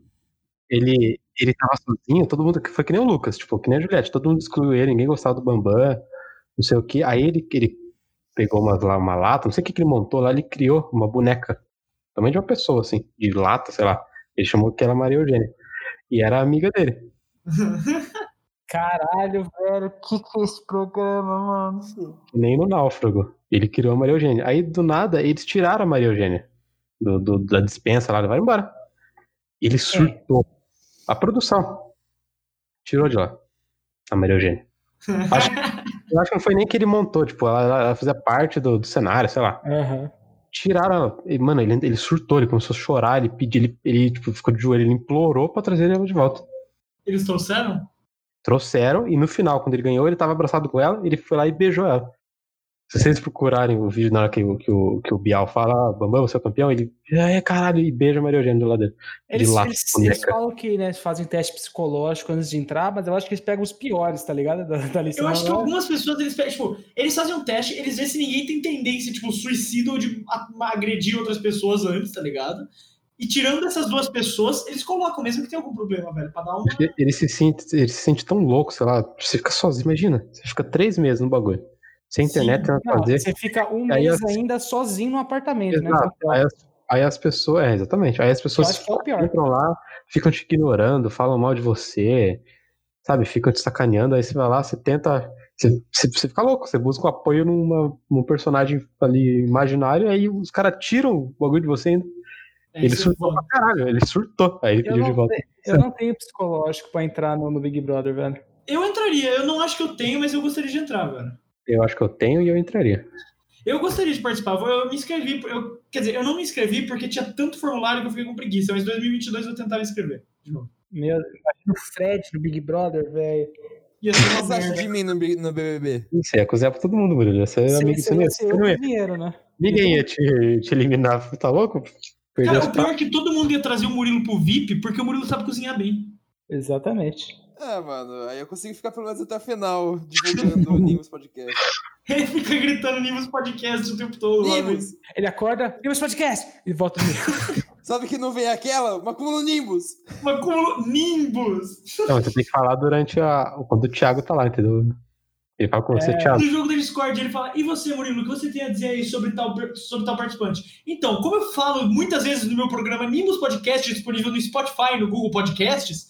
S2: Ele, ele tava sozinho, todo mundo. Foi que nem o Lucas, tipo, que nem a Juliette, todo mundo excluiu ele, ninguém gostava do Bambam, não sei o que. Aí ele, ele pegou uma, lá, uma lata, não sei o que, que ele montou lá, ele criou uma boneca. Também de uma pessoa, assim, de lata, sei lá. Ele chamou que era Maria Eugênia. E era amiga dele.
S3: Caralho, velho, o que que é esse programa, mano?
S2: Que nem no Náufrago. Ele criou a Maria Eugênia. Aí, do nada, eles tiraram a Maria Eugênia do, do- da dispensa lá, vai embora. Ele surtou. A produção tirou de lá a Maria Eugênia. Acho, eu acho que não foi nem que ele montou, tipo, ela, ela- ela fazia parte do, do cenário, sei lá.
S3: Aham.
S2: Tiraram ela. E, mano, ele, ele surtou, ele começou a chorar, ele pediu, ele, ele, tipo, ficou de joelho, ele implorou pra trazer ela de volta.
S1: Eles trouxeram?
S2: Trouxeram, e no final, quando ele ganhou, ele tava abraçado com ela, ele foi lá e beijou ela. Se vocês procurarem o vídeo na hora que, o- que, o, que o Bial fala, ah, Bambam, você é o campeão, ele, é caralho, e beija a Maria Eugênia do lado dele.
S3: Eles,
S2: lá, tipo,
S3: eles-
S2: boneca.
S3: eles falam que né, fazem teste psicológico antes de entrar, mas eu acho que eles pegam os piores, tá ligado? Da, da lista.
S1: Eu acho que
S3: Não,
S1: algumas pessoas, eles, pe- tipo, eles fazem um teste, eles veem se ninguém tem tendência, tipo, suicida ou de a- agredir outras pessoas antes, tá ligado? E tirando essas duas pessoas, eles colocam, mesmo que tenha algum problema, velho, pra dar um uma.
S2: Acho que Ele se, sente, ele se sente tão louco, sei lá, você fica sozinho, imagina, você fica três meses no bagulho, sem
S1: Sim,
S2: internet, sem nada pra
S3: não,
S2: fazer.
S3: você fica um
S2: Aí
S3: mês
S2: eu-
S3: ainda sozinho no apartamento,
S2: Exato.
S3: né?
S2: Aí, as, aí as pessoas, é, exatamente, aí as
S3: Eu
S2: pessoas
S3: acho que é o pior.
S2: entram lá, ficam te ignorando, falam mal de você, sabe? Ficam te sacaneando, aí você vai lá, você tenta. Você, você, você fica louco, você busca o apoio numa, num personagem ali imaginário, aí os caras tiram o bagulho de você ainda.
S1: É,
S2: Ele
S1: isso é
S2: surtou
S1: foda.
S2: pra caralho, ele surtou. Aí ele
S3: Eu
S2: pediu de
S3: não,
S2: volta.
S3: te- eu não tenho psicológico pra entrar no, no Big Brother, velho.
S1: Eu entraria, eu não acho que eu tenho, mas eu gostaria de entrar, velho.
S2: Eu acho que eu tenho e eu entraria.
S1: Eu gostaria de participar, vou- eu me inscrevi, eu, quer dizer, eu não me inscrevi porque tinha tanto formulário que eu fiquei com preguiça, mas em 2022 eu vou tentar me inscrever de novo.
S3: Meu, imagina o Fred no Big Brother, velho.
S1: Ia ser
S4: O que
S1: uma
S4: você acha
S1: merda.
S4: de mim no, B- no BBB?
S2: Você ia cozinhar pra todo mundo, Bruno. Você é
S3: Você-
S2: amigo
S3: você
S2: você não ia-
S3: ia ser
S2: você
S3: eu
S2: não
S3: com
S2: ia.
S3: dinheiro, né?
S2: Ninguém ia te, te eliminar. Tá louco? Perdeu
S1: Cara,
S2: as
S1: o pior é que todo mundo ia trazer o Murilo pro VIP porque o Murilo sabe cozinhar bem.
S3: Exatamente.
S4: É, mano, aí eu consigo ficar pelo menos até a final, divulgando o Nimbus Podcast.
S1: Ele fica gritando Nimbus Podcast o tempo todo. lá, mas-
S4: Nimbus!
S3: Ele acorda, e meus podcast! E volta no
S4: Sabe que não vem aquela? Uma cúmulo Nimbus!
S1: Mas como Nimbus?
S2: Não, você tem que falar durante a. Quando o Thiago tá lá, entendeu? Ele fala com
S3: É.
S2: você, Thiago.
S1: No jogo da Discord ele fala, e você, Murilo, o que você tem a dizer aí sobre tal, per- sobre tal participante? Então, como eu falo muitas vezes no meu programa Nimbus Podcast, disponível no Spotify, no Google Podcasts,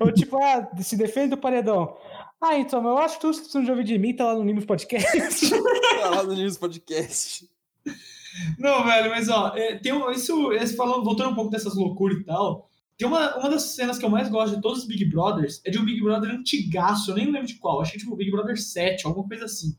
S3: Ou tipo, ah, se defende do paredão. Ah, então, mas eu acho que tudo que vocês precisam de ouvir de mim tá lá no Nimbus Podcast.
S4: Tá lá no Nimbus Podcast.
S1: Não, velho, mas ó, é, tem um, isso, esse falando, voltando um pouco dessas loucuras e tal, tem uma, uma das cenas que eu mais gosto de todos os Big Brothers, é de um Big Brother antigaço, eu nem lembro de qual, acho que tipo Big Brother 7, alguma coisa assim.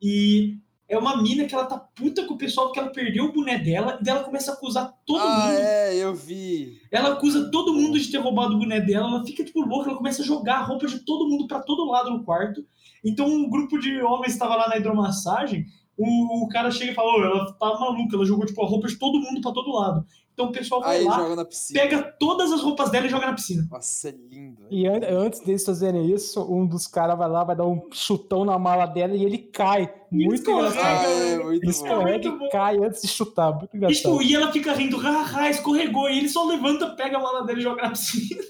S1: E é uma mina que ela tá puta com o pessoal porque ela perdeu o boné dela, e daí ela começa a acusar todo
S4: ah,
S1: mundo.
S4: é, eu vi.
S1: Ela acusa todo mundo de ter roubado o boné dela, ela fica tipo louca, ela começa a jogar a roupa de todo mundo pra todo lado no quarto. Então um grupo de homens estava lá na hidromassagem, o, o cara chega e fala, "Ô, ela tá maluca, ela jogou tipo a roupa de todo mundo pra todo lado. Então o pessoal vai
S4: Aí
S1: lá,
S4: joga assim. na piscina.
S1: pega todas as roupas dela e joga na piscina.
S4: Nossa, é lindo. velho.
S3: E an- antes deles fazerem isso, um dos caras vai lá, vai dar um chutão na mala dela e ele cai. Muito
S1: Escorrega.
S3: engraçado.
S4: Ah, é, muito
S3: Ele
S4: bom.
S3: escorrega
S1: Muito bom.
S3: e cai antes de chutar. Muito
S1: E,
S3: engraçado.
S1: tipo, e ela fica rindo, haha, escorregou, e ele só levanta, pega a mala dela e joga na piscina.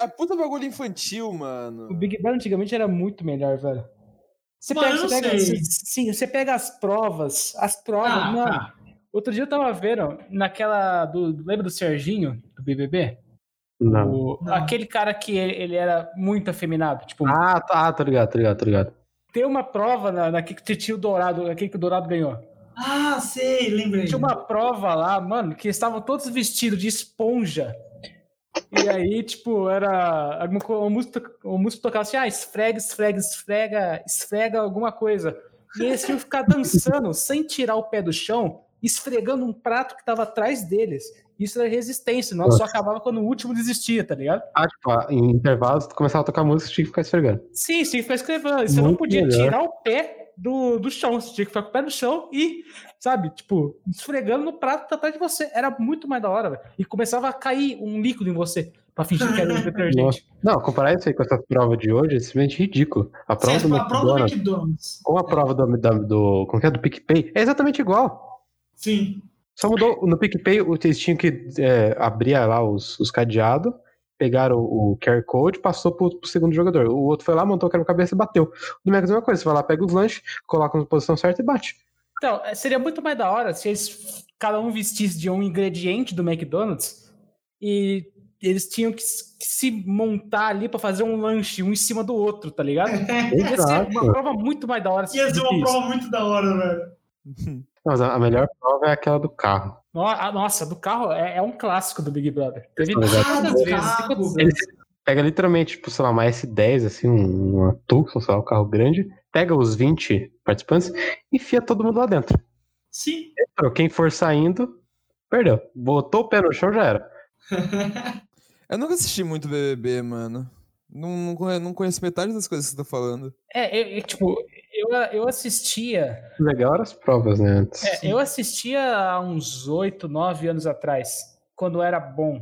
S4: É puta bagulho infantil, mano.
S3: O Big Brother antigamente era muito melhor, velho. Você
S1: Mano,
S3: pega,
S1: eu
S3: você
S1: não
S3: pega,
S1: sei.
S3: você- sim, você pega as provas, as provas.
S1: Ah,
S3: mano.
S1: ah.
S3: Outro dia eu tava vendo naquela do, lembra do Serginho do BBB?
S2: Não.
S3: O-
S1: Não.
S3: aquele cara que ele, ele era muito afeminado, tipo,
S2: Ah, tá, ah, tô ligado, tô ligado, tô ligado.
S3: tem uma prova na, na que tinha o Dourado, aquele que o Dourado ganhou.
S1: Ah, sei, lembrei.
S3: Tinha uma prova lá, mano, que estavam todos vestidos de esponja. E aí, tipo, era. alguma co- O músico, to- o músico tocava assim: ah, esfrega, esfrega, esfrega, esfrega alguma coisa. E eles iam ficar dançando sem tirar o pé do chão, esfregando um prato que tava atrás deles. Isso era resistência, não só acabava quando o último desistia, tá ligado?
S2: Ah, tipo, ah, em intervalos, tu começava a tocar música, tinha que ficar esfregando.
S3: Sim, tinha que ficar escrevendo. Você não
S2: Muito
S3: podia
S2: melhor.
S3: tirar o pé do, do chão. Você tinha que ficar com o pé no chão e, sabe, tipo, esfregando no prato que tá atrás de você. Era muito mais da hora, velho. E começava a cair um líquido em você pra fingir que era um detergente.
S2: Não, comparar isso aí com essas provas de hoje é simplesmente ridículo. A prova
S1: Certo,
S2: do
S1: tipo, a prova do
S2: McDonald's
S1: McDonald's.
S2: com a prova do, do, do, como que é? do PicPay é exatamente igual.
S1: Sim.
S2: Só mudou, no PicPay o- eles tinham que é, abrir lá os, os cadeados, pegaram o, o QR Code, passou pro, pro segundo jogador. O outro foi lá, montou o quebra-cabeça e bateu. Do Mac é a mesma coisa, você vai lá, pega os lanches, coloca na posição certa e bate.
S3: Então, é, seria muito mais da hora se eles, cada um vestisse de um ingrediente do McDonald's e eles tinham que s- que se montar ali pra fazer um lanche um em cima do outro, tá ligado?
S1: É,
S3: Ia ser uma
S2: Exato.
S3: prova muito mais da hora. se
S1: Ia ser
S3: fosse
S1: uma
S3: isso.
S1: prova muito da hora, velho.
S2: Não, Mas a a melhor prova é aquela do carro.
S3: No- ah, Nossa, do carro é, é um clássico do Big Brother. Teve
S2: Exato.
S3: várias
S1: Ah, do
S3: vezes.
S1: carro.
S3: quantas
S2: Ele
S3: vezes?
S2: pega literalmente, tipo, sei lá, uma S10, assim, um- uma Tucson, sei lá, um carro grande, pega os 20 participantes e enfia todo mundo lá dentro.
S1: Sim.
S2: Entrou. Quem for saindo, perdeu. Botou o pé no chão, já era.
S4: Eu nunca assisti muito BBB, mano. Não, não conhe- não conheço metade das coisas que você tá falando.
S3: É, eu- eu, tipo, eu, eu assistia.
S2: O Legal eram as provas, né? Antes.
S3: é, eu assistia há uns 8, 9 anos atrás, quando era bom.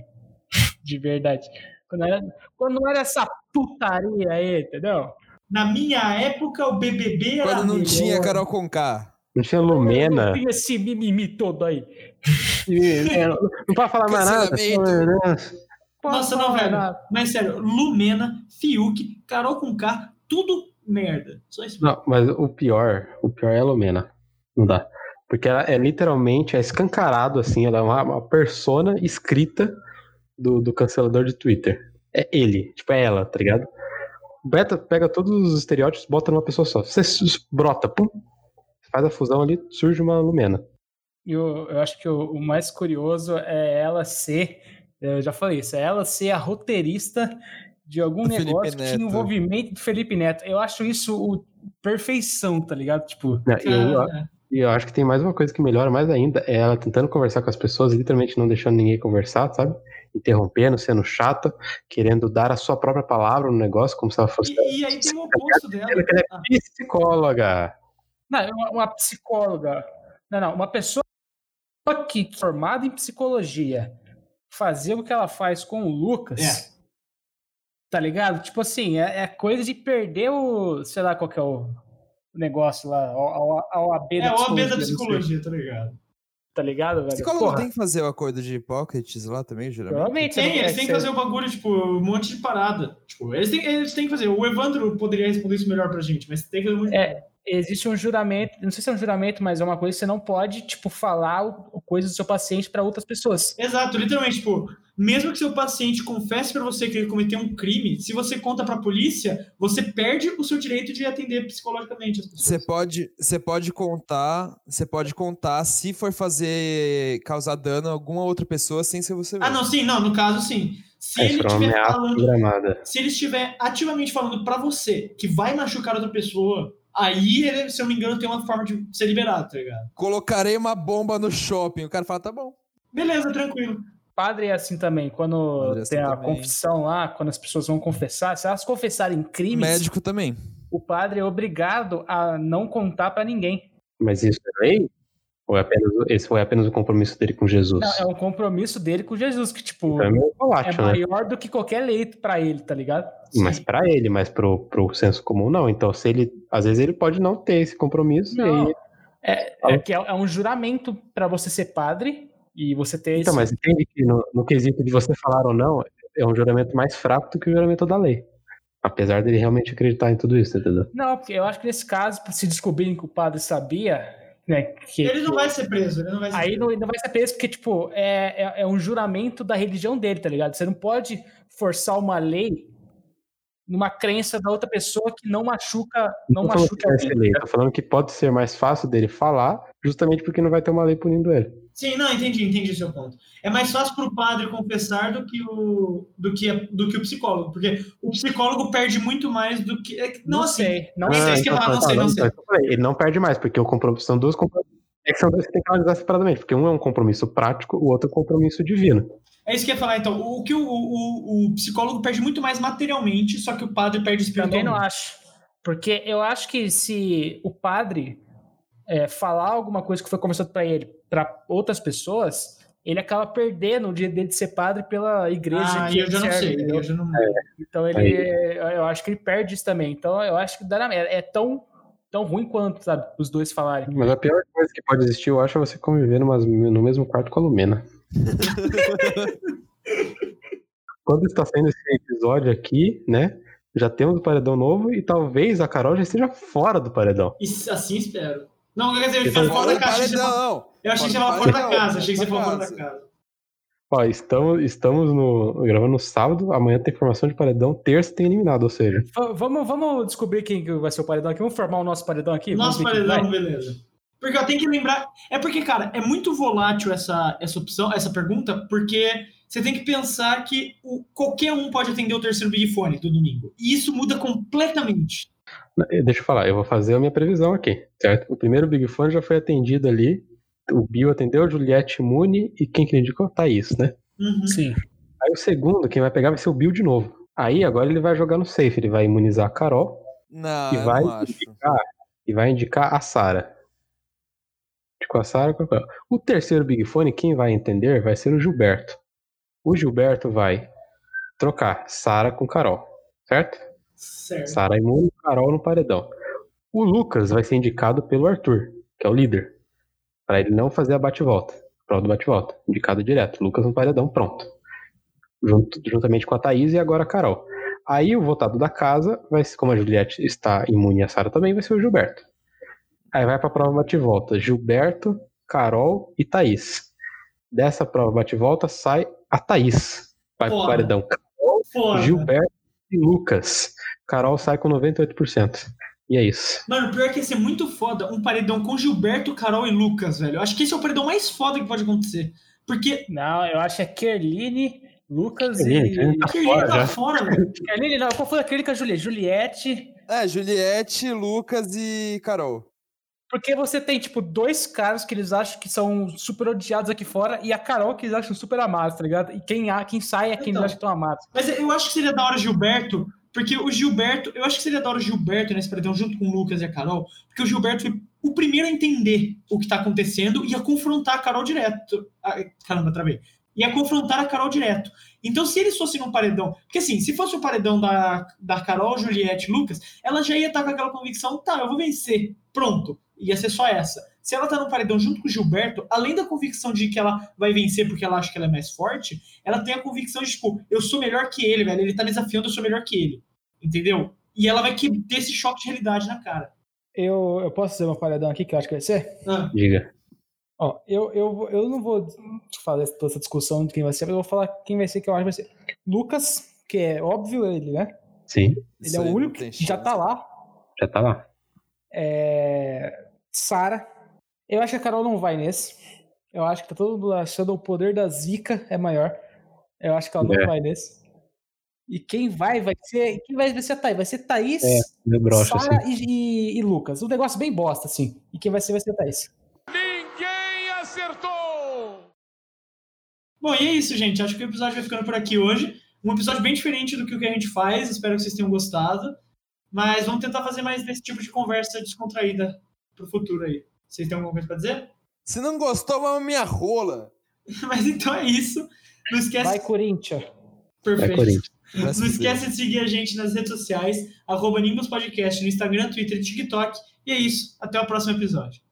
S3: De verdade. Quando era, quando era essa putaria aí, entendeu?
S1: Na minha época, o BBB era.
S4: Quando não
S1: melhor.
S4: tinha Carol Conká.
S2: Não tinha
S3: Eu
S2: Lumena.
S3: tinha esse mimimi todo aí.
S2: É, Não pode falar mais nada. né?
S4: Cancelamento.
S1: Nossa, não, velho. Mas sério, Lumena, Fiuk, Carol com K, tudo merda. Só isso.
S2: Não, mas o pior, o pior é a Lumena. Não dá. Porque ela é literalmente é escancarado, assim, ela é uma, uma persona escrita do, do cancelador de Twitter. É ele, tipo, é ela, tá ligado? O Beta pega todos os estereótipos, bota numa pessoa só. Você s- brota, pum, faz a fusão ali, surge uma Lumena.
S3: E eu, eu acho que o, o mais curioso é ela ser, eu já falei isso, é ela ser a roteirista de algum
S4: Do Felipe
S3: negócio que
S4: Neto.
S3: tinha um envolvimento do Felipe Neto. Eu acho isso o perfeição, tá ligado? Tipo,
S2: Né, E eu,
S1: Cara,
S2: e eu acho que tem mais uma coisa que melhora mais ainda, é ela tentando conversar com as pessoas, literalmente não deixando ninguém conversar, sabe? Interrompendo, sendo chata, querendo dar a sua própria palavra no negócio, como se ela fosse
S1: ah, E, e aí tem o oposto dela.
S2: Ela que ela
S1: Ah.
S2: é psicóloga.
S3: não, é uma, uma psicóloga. Não, não, uma pessoa é que formada em psicologia fazer o que ela faz com o Lucas. Tá ligado? Tipo assim, é, é coisa de perder o. Sei lá qual que é o negócio lá, a, a, a OAB
S1: É
S3: da
S1: o AB da
S3: não sei.
S1: psicologia, tá ligado?
S3: Tá ligado, velho?
S4: Psicólogo
S3: Porra,
S4: tem que fazer o acordo de pockets lá também, geralmente?
S3: Provavelmente. você não
S1: Tem, É, eles
S3: quer
S1: têm que
S3: ser-
S1: fazer o bagulho, tipo, um monte de parada. Tipo, eles têm, eles têm que fazer. O Evandro poderia responder isso melhor pra gente, mas tem que fazer um monte de
S3: É, existe um juramento, não sei se é um juramento, mas é uma coisa que você não pode, tipo, falar o- o coisa do seu paciente para outras pessoas.
S1: Exato, literalmente, tipo, mesmo que seu paciente confesse pra você que ele cometeu um crime, se você conta pra polícia, você perde o seu direito de atender psicologicamente as
S4: Você
S1: pessoas.
S4: pode, você pode contar, você pode contar se for fazer causar dano a alguma outra pessoa sem ser você
S1: Ah,
S4: mesmo.
S1: não, sim, não, no caso sim. Se
S2: É, Isso
S1: ele
S2: foi uma
S1: estiver
S2: ameaça
S1: falando,
S2: programada.
S1: se ele estiver ativamente falando pra você que vai machucar outra pessoa, aí ele, se eu não me engano, tem uma forma de ser liberado, tá ligado?
S4: Colocarei uma bomba no shopping. O cara fala, tá bom.
S1: Beleza, tranquilo.
S3: Padre é assim também, quando
S4: Padre é assim
S3: tem a
S4: também.
S3: confissão lá, quando as pessoas vão confessar, se elas confessarem crimes,
S4: Médico também.
S3: o padre é obrigado a não contar pra ninguém.
S2: Mas isso é lei? Ou é apenas, esse foi apenas o compromisso dele com Jesus?
S3: Não, é um compromisso dele com Jesus, que tipo,
S2: Então é meio
S3: é
S2: volátil, né?
S3: maior do que qualquer leito pra ele, tá ligado?
S2: Mas pra ele, mas pro, pro senso comum, não. Então, se ele. Às vezes ele pode não ter esse compromisso e
S3: Não,
S2: aí
S3: é, é que é, é um juramento pra você ser padre e você ter
S2: Então,
S3: esse-
S2: mas entende que no, no quesito de você falar ou não, é um juramento mais fraco do que o juramento da lei. Apesar dele realmente acreditar em tudo isso, entendeu?
S3: Não, porque eu acho que nesse caso, se descobrirem que o padre sabia, né, que
S1: Ele não vai ser preso, ele não vai ser
S3: Aí
S1: preso.
S3: não, não vai ser preso, porque, tipo, é, é, é um juramento da religião dele, tá ligado? Você não pode forçar uma lei numa crença da outra pessoa que não machuca,
S2: tô falando
S3: não
S2: que
S3: machuca
S2: vai ser
S3: alguém.
S2: lei, tô falando que pode ser mais fácil dele falar, justamente porque não vai ter uma lei punindo ele.
S1: Sim, não, entendi, entendi seu ponto. É mais fácil pro padre confessar do que o do que é, do que o psicólogo, porque o psicólogo perde muito mais do que é que- não,
S3: Não
S1: assim.
S3: sei, não
S1: Ah,
S3: sei.
S1: sei, não sei, não sei.
S2: então, peraí, Ele não perde mais, porque o compromisso são dois compromissos. É que são dois que tem que analisar separadamente, porque um é um compromisso prático, o outro é um compromisso divino.
S1: É isso que eu ia falar então. O que o, o, o psicólogo perde muito mais materialmente, só que o padre perde
S3: Também não
S1: espiritualmente.
S3: acho. Porque eu acho que se o padre é, falar alguma coisa que foi conversado pra ele pra outras pessoas, ele acaba perdendo o dia dele de ser padre pela igreja.
S1: Ah,
S3: que
S1: e eu
S3: ele
S1: já não
S3: serve,
S1: sei.
S3: entendeu?
S1: Eu já
S2: É,
S1: não...
S3: Então ele, eu acho que ele perde isso também. Então eu acho que dá na merda. É tão, tão ruim quanto, sabe, os dois falarem.
S2: Mas a pior coisa que pode existir, eu acho, é você conviver numas- no mesmo quarto com a Lumena. Quando está saindo esse episódio aqui, né? Já temos o paredão novo e talvez a Carol já esteja fora do paredão.
S1: E assim espero. Não, quer dizer, eu
S2: Então,
S1: falei fora da
S4: Fora
S1: caixa.
S4: do
S1: achei que você falava-
S4: paredão.
S1: Eu achei que você
S4: Fora do
S1: falava fora da
S4: paredão,
S1: casa, achei que você
S4: fora da
S1: falava fora da
S4: casa.
S1: casa.
S2: Ó, estamos, estamos no, gravando no sábado, amanhã tem formação de paredão, terça tem eliminado, ou seja,
S3: V- Vamos, vamos descobrir quem que vai ser o paredão aqui. Vamos formar o nosso paredão aqui. Vamos
S1: Nosso
S3: ver quem
S1: paredão,
S3: vai.
S1: beleza. Porque eu tenho que lembrar. É porque, cara, é muito volátil essa, essa opção, essa pergunta, porque você tem que pensar que o, qualquer um pode atender o terceiro Big Fone do domingo. E isso muda completamente.
S2: Eh, Deixa eu falar, eu vou fazer a minha previsão aqui, certo? O primeiro Big Fone já foi atendido ali. O Bill atendeu, Juliette Mune e quem que ele indicou? Thaís, né?
S1: Uhum.
S3: Sim.
S2: Aí o segundo, quem vai pegar vai ser o Bill de novo. Aí agora ele vai jogar no safe, ele vai imunizar a Carol
S4: Não,
S2: E
S4: eu
S2: vai-
S4: não acho.
S2: e vai indicar a Sarah. Indicou a Sarah. qual que é? O terceiro Big Fone, quem vai entender, vai ser o Gilberto. O Gilberto vai trocar Sarah com Carol, certo?
S1: Certo.
S2: Sara imune, Carol no paredão. O Lucas vai ser indicado pelo Arthur, que é o líder, Pra ele não fazer a bate-volta, prova do bate-volta, indicado direto. Lucas no paredão, pronto. Junto- juntamente com a Thaís e agora a Carol. Aí o votado da casa, vai ser, como a Juliette está imune e a Sara também, vai ser o Gilberto. Aí vai pra prova bate-volta, Gilberto, Carol e Thaís. Dessa prova bate-volta sai a Thaís, vai pro
S1: Porra.
S2: paredão.
S1: Foda.
S2: Gilberto e Lucas. Carol sai com 98%. E é isso.
S1: Mano, pior que ia ser muito foda um paredão com Gilberto, Carol e Lucas, velho. Eu acho que esse é o paredão mais foda que pode acontecer. Porque
S3: Não, eu acho que é Kerline, Lucas
S2: Kerline, Kerline
S3: e.
S2: tá
S1: a Kirlene
S2: fora,
S1: tá
S2: já.
S1: fora, velho.
S3: Kerline, não, qual foi a Kerline com a Juliette? Juliette.
S4: É, Juliette, Lucas e Carol.
S3: Porque você tem, tipo, dois caras que eles acham que são super odiados aqui fora e a Carol que eles acham super amados, tá ligado? E quem, a- quem sai é quem
S1: Então.
S3: eles acham que estão amados.
S1: Mas eu acho que seria da hora Gilberto, porque o Gilberto, eu acho que seria da hora o Gilberto né, nesse paredão um junto com o Lucas e a Carol, porque o Gilberto foi o primeiro a entender o que tá acontecendo e a confrontar a Carol direto. Ah, caramba, travei. ia confrontar a Carol direto. Então, se eles fossem um paredão, porque assim, se fosse o paredão da, da Carol, Juliette, Lucas, ela já ia estar com aquela convicção, tá, eu vou vencer, pronto, ia ser só essa. Se ela tá no paredão junto com o Gilberto, além da convicção de que ela vai vencer porque ela acha que ela é mais forte, ela tem a convicção de, tipo, eu sou melhor que ele, velho, ele tá me desafiando, eu sou melhor que ele. Entendeu? E ela vai que- ter esse choque de realidade na cara.
S3: Eu, eu posso fazer uma paradão aqui que eu acho que vai ser?
S1: Ah,
S2: Diga.
S3: Ó, eu, eu, eu não vou te falar toda essa discussão de quem vai ser, mas eu vou falar quem vai ser que eu acho que vai ser. Lucas, que é óbvio ele, né?
S2: Sim,
S3: Ele é o único que já tá lá.
S2: já tá lá.
S3: É... Sara. Eu acho que a Carol não vai nesse. Eu acho que tá todo mundo achando o poder da zica é maior. Eu acho que ela não
S2: É.
S3: vai nesse. E quem vai, vai ser. Quem vai, vai ser a Thaís? Vai ser Thaís,
S2: É, Meu brocha, assim.
S3: Sara e, e- e Lucas. Um negócio bem bosta, assim. E quem vai ser vai ser a Thaís.
S5: Ninguém acertou!
S1: Bom, e é isso, gente. Acho que o episódio vai ficando por aqui hoje. Um episódio bem diferente do que o que a gente faz. Espero que vocês tenham gostado. Mas vamos tentar fazer mais desse tipo de conversa descontraída pro futuro aí. Vocês têm alguma coisa pra dizer?
S4: Se não gostou, vai minha rola.
S1: Mas então é isso. Não esquece.
S3: Vai, Corinthians.
S2: Vai,
S1: Perfeito.
S2: É Corinthians.
S4: Vai se
S1: Não
S4: fuder.
S1: esquece de seguir a gente nas redes sociais, arroba Nimbus Podcast no Instagram, Twitter e TikTok. E é isso. Até o próximo episódio.